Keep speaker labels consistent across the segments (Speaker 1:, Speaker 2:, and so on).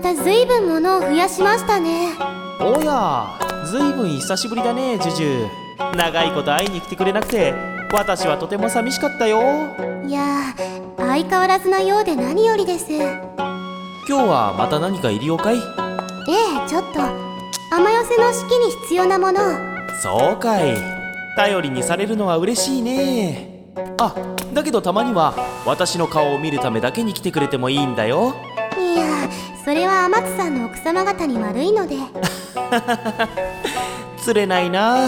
Speaker 1: た随分物を増やしましたね
Speaker 2: おやずいぶん久しぶりだねジュジュ長いこと会いに来てくれなくて私はとても寂しかったよ
Speaker 1: いやー相変わらずなようで何よりですえ
Speaker 2: 今日はまた何か入りようかい
Speaker 1: えちょっと雨寄せの式に必要なもの
Speaker 2: そうかい頼りにされるのは嬉しいねあだけどたまには私の顔を見るためだけに来てくれてもいいんだよ
Speaker 1: いやーそれは天津さんの奥様方に悪いので
Speaker 2: 釣れないな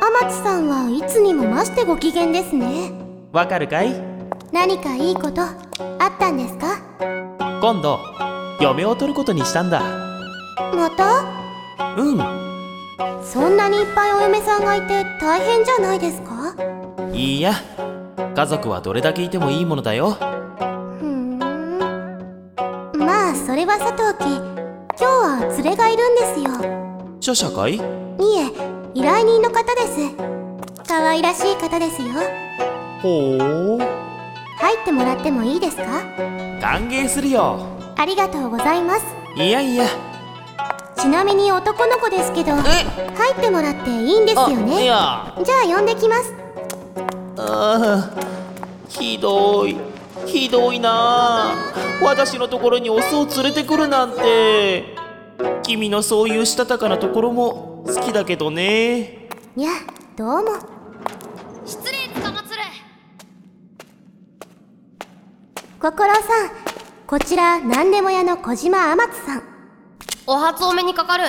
Speaker 1: 天津さんはいつにも増してご機嫌ですね
Speaker 2: わかるかい
Speaker 1: 何かいいことあったんですか
Speaker 2: 今度嫁を取ることにしたんだ
Speaker 1: また
Speaker 2: うん
Speaker 1: そんなにいっぱいお嫁さんがいて大変じゃないですか
Speaker 2: いいや家族はどれだけいてもいいものだよ
Speaker 1: ふーんまあそれはさとおき今日は連れがいるんですよ
Speaker 2: 著者かい
Speaker 1: いえ依頼人の方です可愛らしい方ですよ
Speaker 2: ほう
Speaker 1: 入ってもらってもいいですか
Speaker 2: 歓迎するよ
Speaker 1: ありがとうございます
Speaker 2: いやいや
Speaker 1: ちなみに男の子ですけど入ってもらっていいんですよね
Speaker 2: い
Speaker 1: じゃ
Speaker 2: や
Speaker 1: あ呼んできます
Speaker 2: あーひどいひどいな私のところにオスを連れてくるなんて君のそういうしたたかなところも好きだけどね
Speaker 1: いやどうも
Speaker 3: 失礼つかまつれ
Speaker 1: 心さんこちら何でも屋の小島天津さん
Speaker 3: お初お目にかかる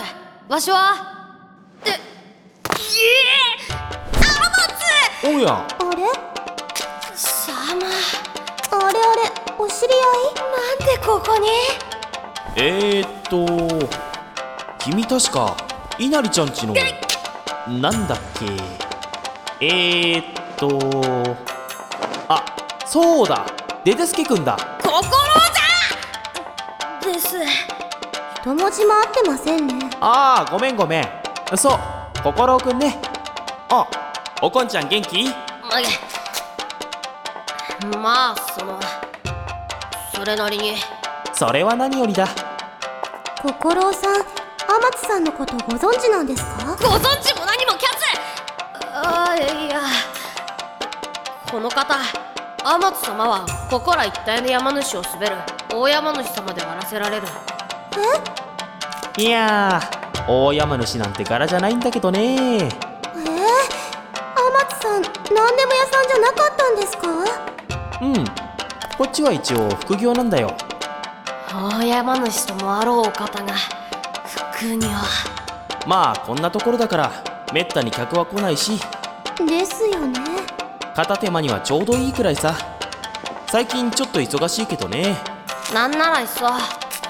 Speaker 3: わしはえいえ
Speaker 2: おや
Speaker 1: あれ
Speaker 3: さま
Speaker 1: あれあれお知り合いなんでここに
Speaker 2: えー、っと君確か稲荷ちゃんちのなんだっけえー、っとあそうだデデスケくんだ
Speaker 3: 心じゃです
Speaker 1: 人文字も合ってませんね
Speaker 2: ああごめんごめんそう心くんねあおこんちゃん元気
Speaker 3: まあまあそのそれなりに
Speaker 2: それは何よりだ
Speaker 1: 心さん天津さんのことご存知なんですか
Speaker 3: ご存知も何もキャツあいやこの方天津様はここら一帯の山主を滑る大山主様であらせられる
Speaker 2: いやー大山主なんて柄じゃないんだけどね
Speaker 1: えー、天津さん何でも屋さんじゃなかったんですか
Speaker 2: うんこっちは一応副業なんだよ
Speaker 3: 大山主ともあろうお方が服には
Speaker 2: まあこんなところだからめったに客は来ないし
Speaker 1: ですよね
Speaker 2: 片手間にはちょうどいいくらいさ最近ちょっと忙しいけどね
Speaker 3: なんならいっそ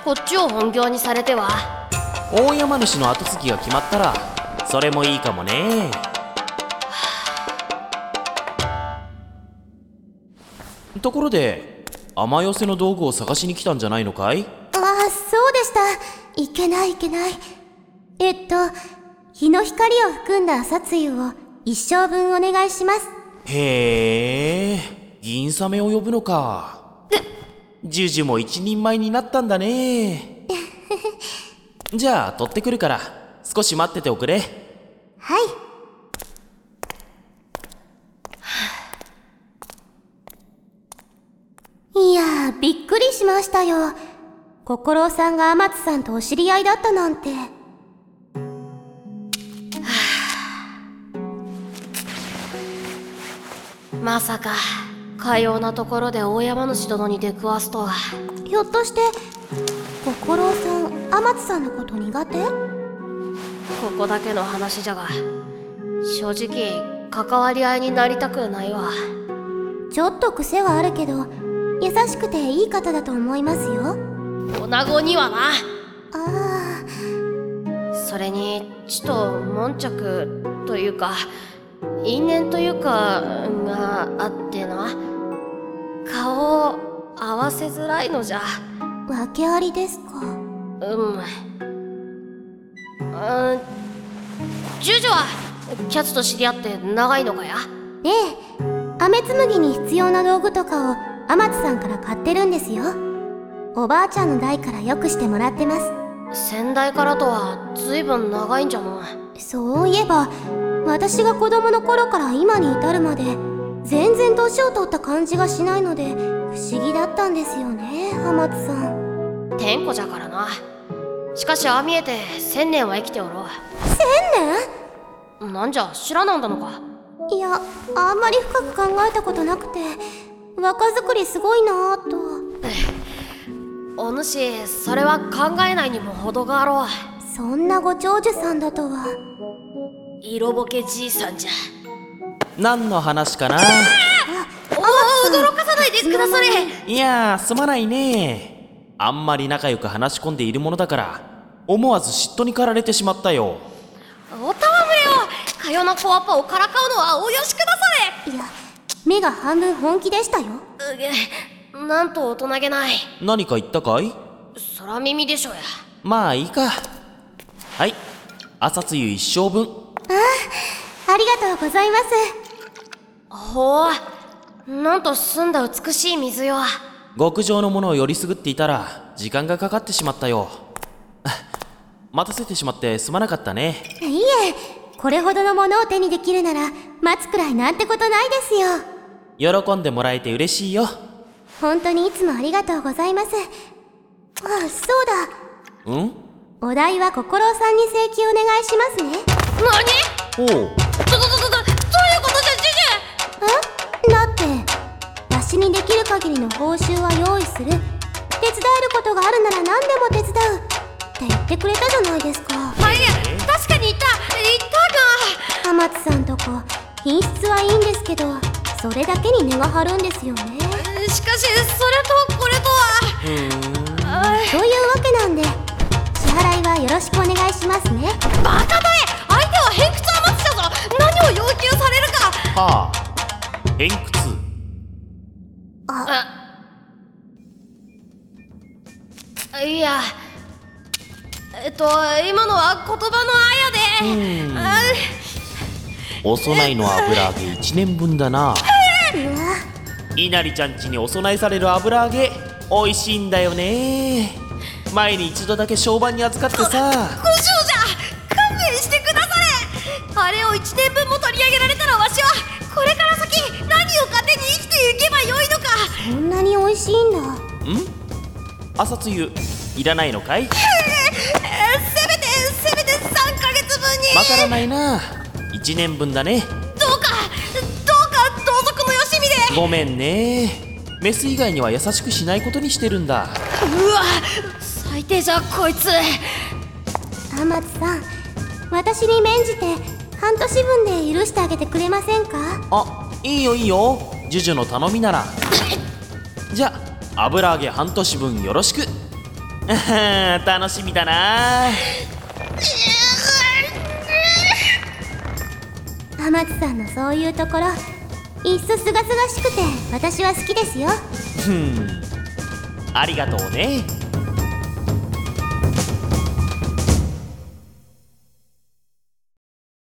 Speaker 3: こっちを本業にされては
Speaker 2: 大山主の後継ぎが決まったらそれもいいかもねところで雨寄せの道具を探しに来たんじゃないのかい
Speaker 1: ああそうでしたいけないいけないえっと日の光を含んだ朝露を一生分お願いします
Speaker 2: へえ銀サメを呼ぶのかジュジュも一人前になったんだねじゃあ取ってくるから少し待ってておくれ
Speaker 1: はいいやーびっくりしましたよ心さんが天津さんとお知り合いだったなんて
Speaker 3: まさかかようなところで大山主殿に出くわすとは
Speaker 1: ひょっとして心さん天津さんのこと苦手
Speaker 3: ここだけの話じゃが正直関わり合いになりたくないわ
Speaker 1: ちょっと癖はあるけど優しくていい方だと思いますよ
Speaker 3: 女子にはな
Speaker 1: あ
Speaker 3: それにちと悶着というか因縁というかがあってな顔を合わせづらいのじゃ
Speaker 1: あ訳ありですか
Speaker 3: うんうんジュジュはキャツと知り合って長いのかや
Speaker 1: ええ雨紡ぎに必要な道具とかを天津さんから買ってるんですよおばあちゃんの代からよくしてもらってます
Speaker 3: 先代からとは随分長いんじゃない
Speaker 1: そういえば私が子供の頃から今に至るまで全然年を取った感じがしないので不思議だったんですよね浜津さん
Speaker 3: 天子じゃからなしかしああ見えて千年は生きておろ
Speaker 1: 千
Speaker 3: うなんじゃ知らなんだのか
Speaker 1: 年いやあんまり深く考えたことなくて若作りすごいなぁと
Speaker 3: お主それは考えないにも程があろう
Speaker 1: そんなご長寿さんだとは
Speaker 3: 色ぼけじいさんじゃ
Speaker 2: 何の話かな
Speaker 3: おお驚かさないでくだされ
Speaker 2: いやーすまないねあんまり仲良く話し込んでいるものだから思わず嫉妬に駆られてしまったよ
Speaker 3: おたわむよかよの小アッパをからかうのはお許しくださ
Speaker 1: いや目が半分本気でしたよ
Speaker 3: れうげなんと大人げない
Speaker 2: 何か言ったかい
Speaker 3: 空耳でしょうや
Speaker 2: まあいいかはい朝露一生分
Speaker 1: ありがとうございます
Speaker 3: ほうなんと澄んだ美しい水よ
Speaker 2: 極上のものをよりすぐっていたら時間がかかってしまったよ 待たせてしまってすまなかったね
Speaker 1: いいえこれほどのものを手にできるなら待つくらいなんてことないですよ
Speaker 2: 喜んでもらえて嬉しいよ
Speaker 1: 本当にいつもありがとうございますあそうだ
Speaker 2: うん
Speaker 1: お代は心さんに請求お願いしますね
Speaker 3: 何
Speaker 2: おう
Speaker 3: どどどどどどういうことじゃジ
Speaker 1: え
Speaker 3: ュ
Speaker 1: だってわしにできる限りの報酬は用意する手伝えることがあるなら何でも手伝うって言ってくれたじゃないですか
Speaker 3: ジュはい確かに言った言った
Speaker 1: 浜津さんとこ品質はいいんですけどそれだけに値が張るんですよね
Speaker 3: がしかしそれとこれとは
Speaker 2: うーん
Speaker 1: というわけなんで支払いはよろしくお願いしますね
Speaker 3: バカだえ相手は偏屈アマチュアだぞ何を要求されるか
Speaker 2: はあ偏屈
Speaker 3: あいやえっと今のは言葉のあやで、あ
Speaker 2: お供えの油揚げ1年分だな稲荷ちゃんちにお供えされる油揚げ美味しいんだよね前に一度だけ商売に預かってさ
Speaker 3: ご愁じゃ勘弁してくだされあれを1年分も取り上げられたらわしはこれから先何を糧に生きていけばよいのか
Speaker 1: こんなに美味しいんだ
Speaker 2: 朝露いらないのかい
Speaker 3: えせめてせめて3ヶ月分に
Speaker 2: わからないな1年分だね
Speaker 3: どうかどうか同族のよしみで
Speaker 2: ごめんねメス以外には優しくしないことにしてるんだ
Speaker 3: うわ最低じゃこいつ
Speaker 1: 浜津さん私に免じて半年分で許してあげてくれませんか
Speaker 2: あいいよいいよジュジュの頼みならじゃあ油揚げ半年分よろしく あはは楽しみだな
Speaker 1: 浜津さんのそういうところいっそすがすがしくて私は好きですよ
Speaker 2: ありがとうね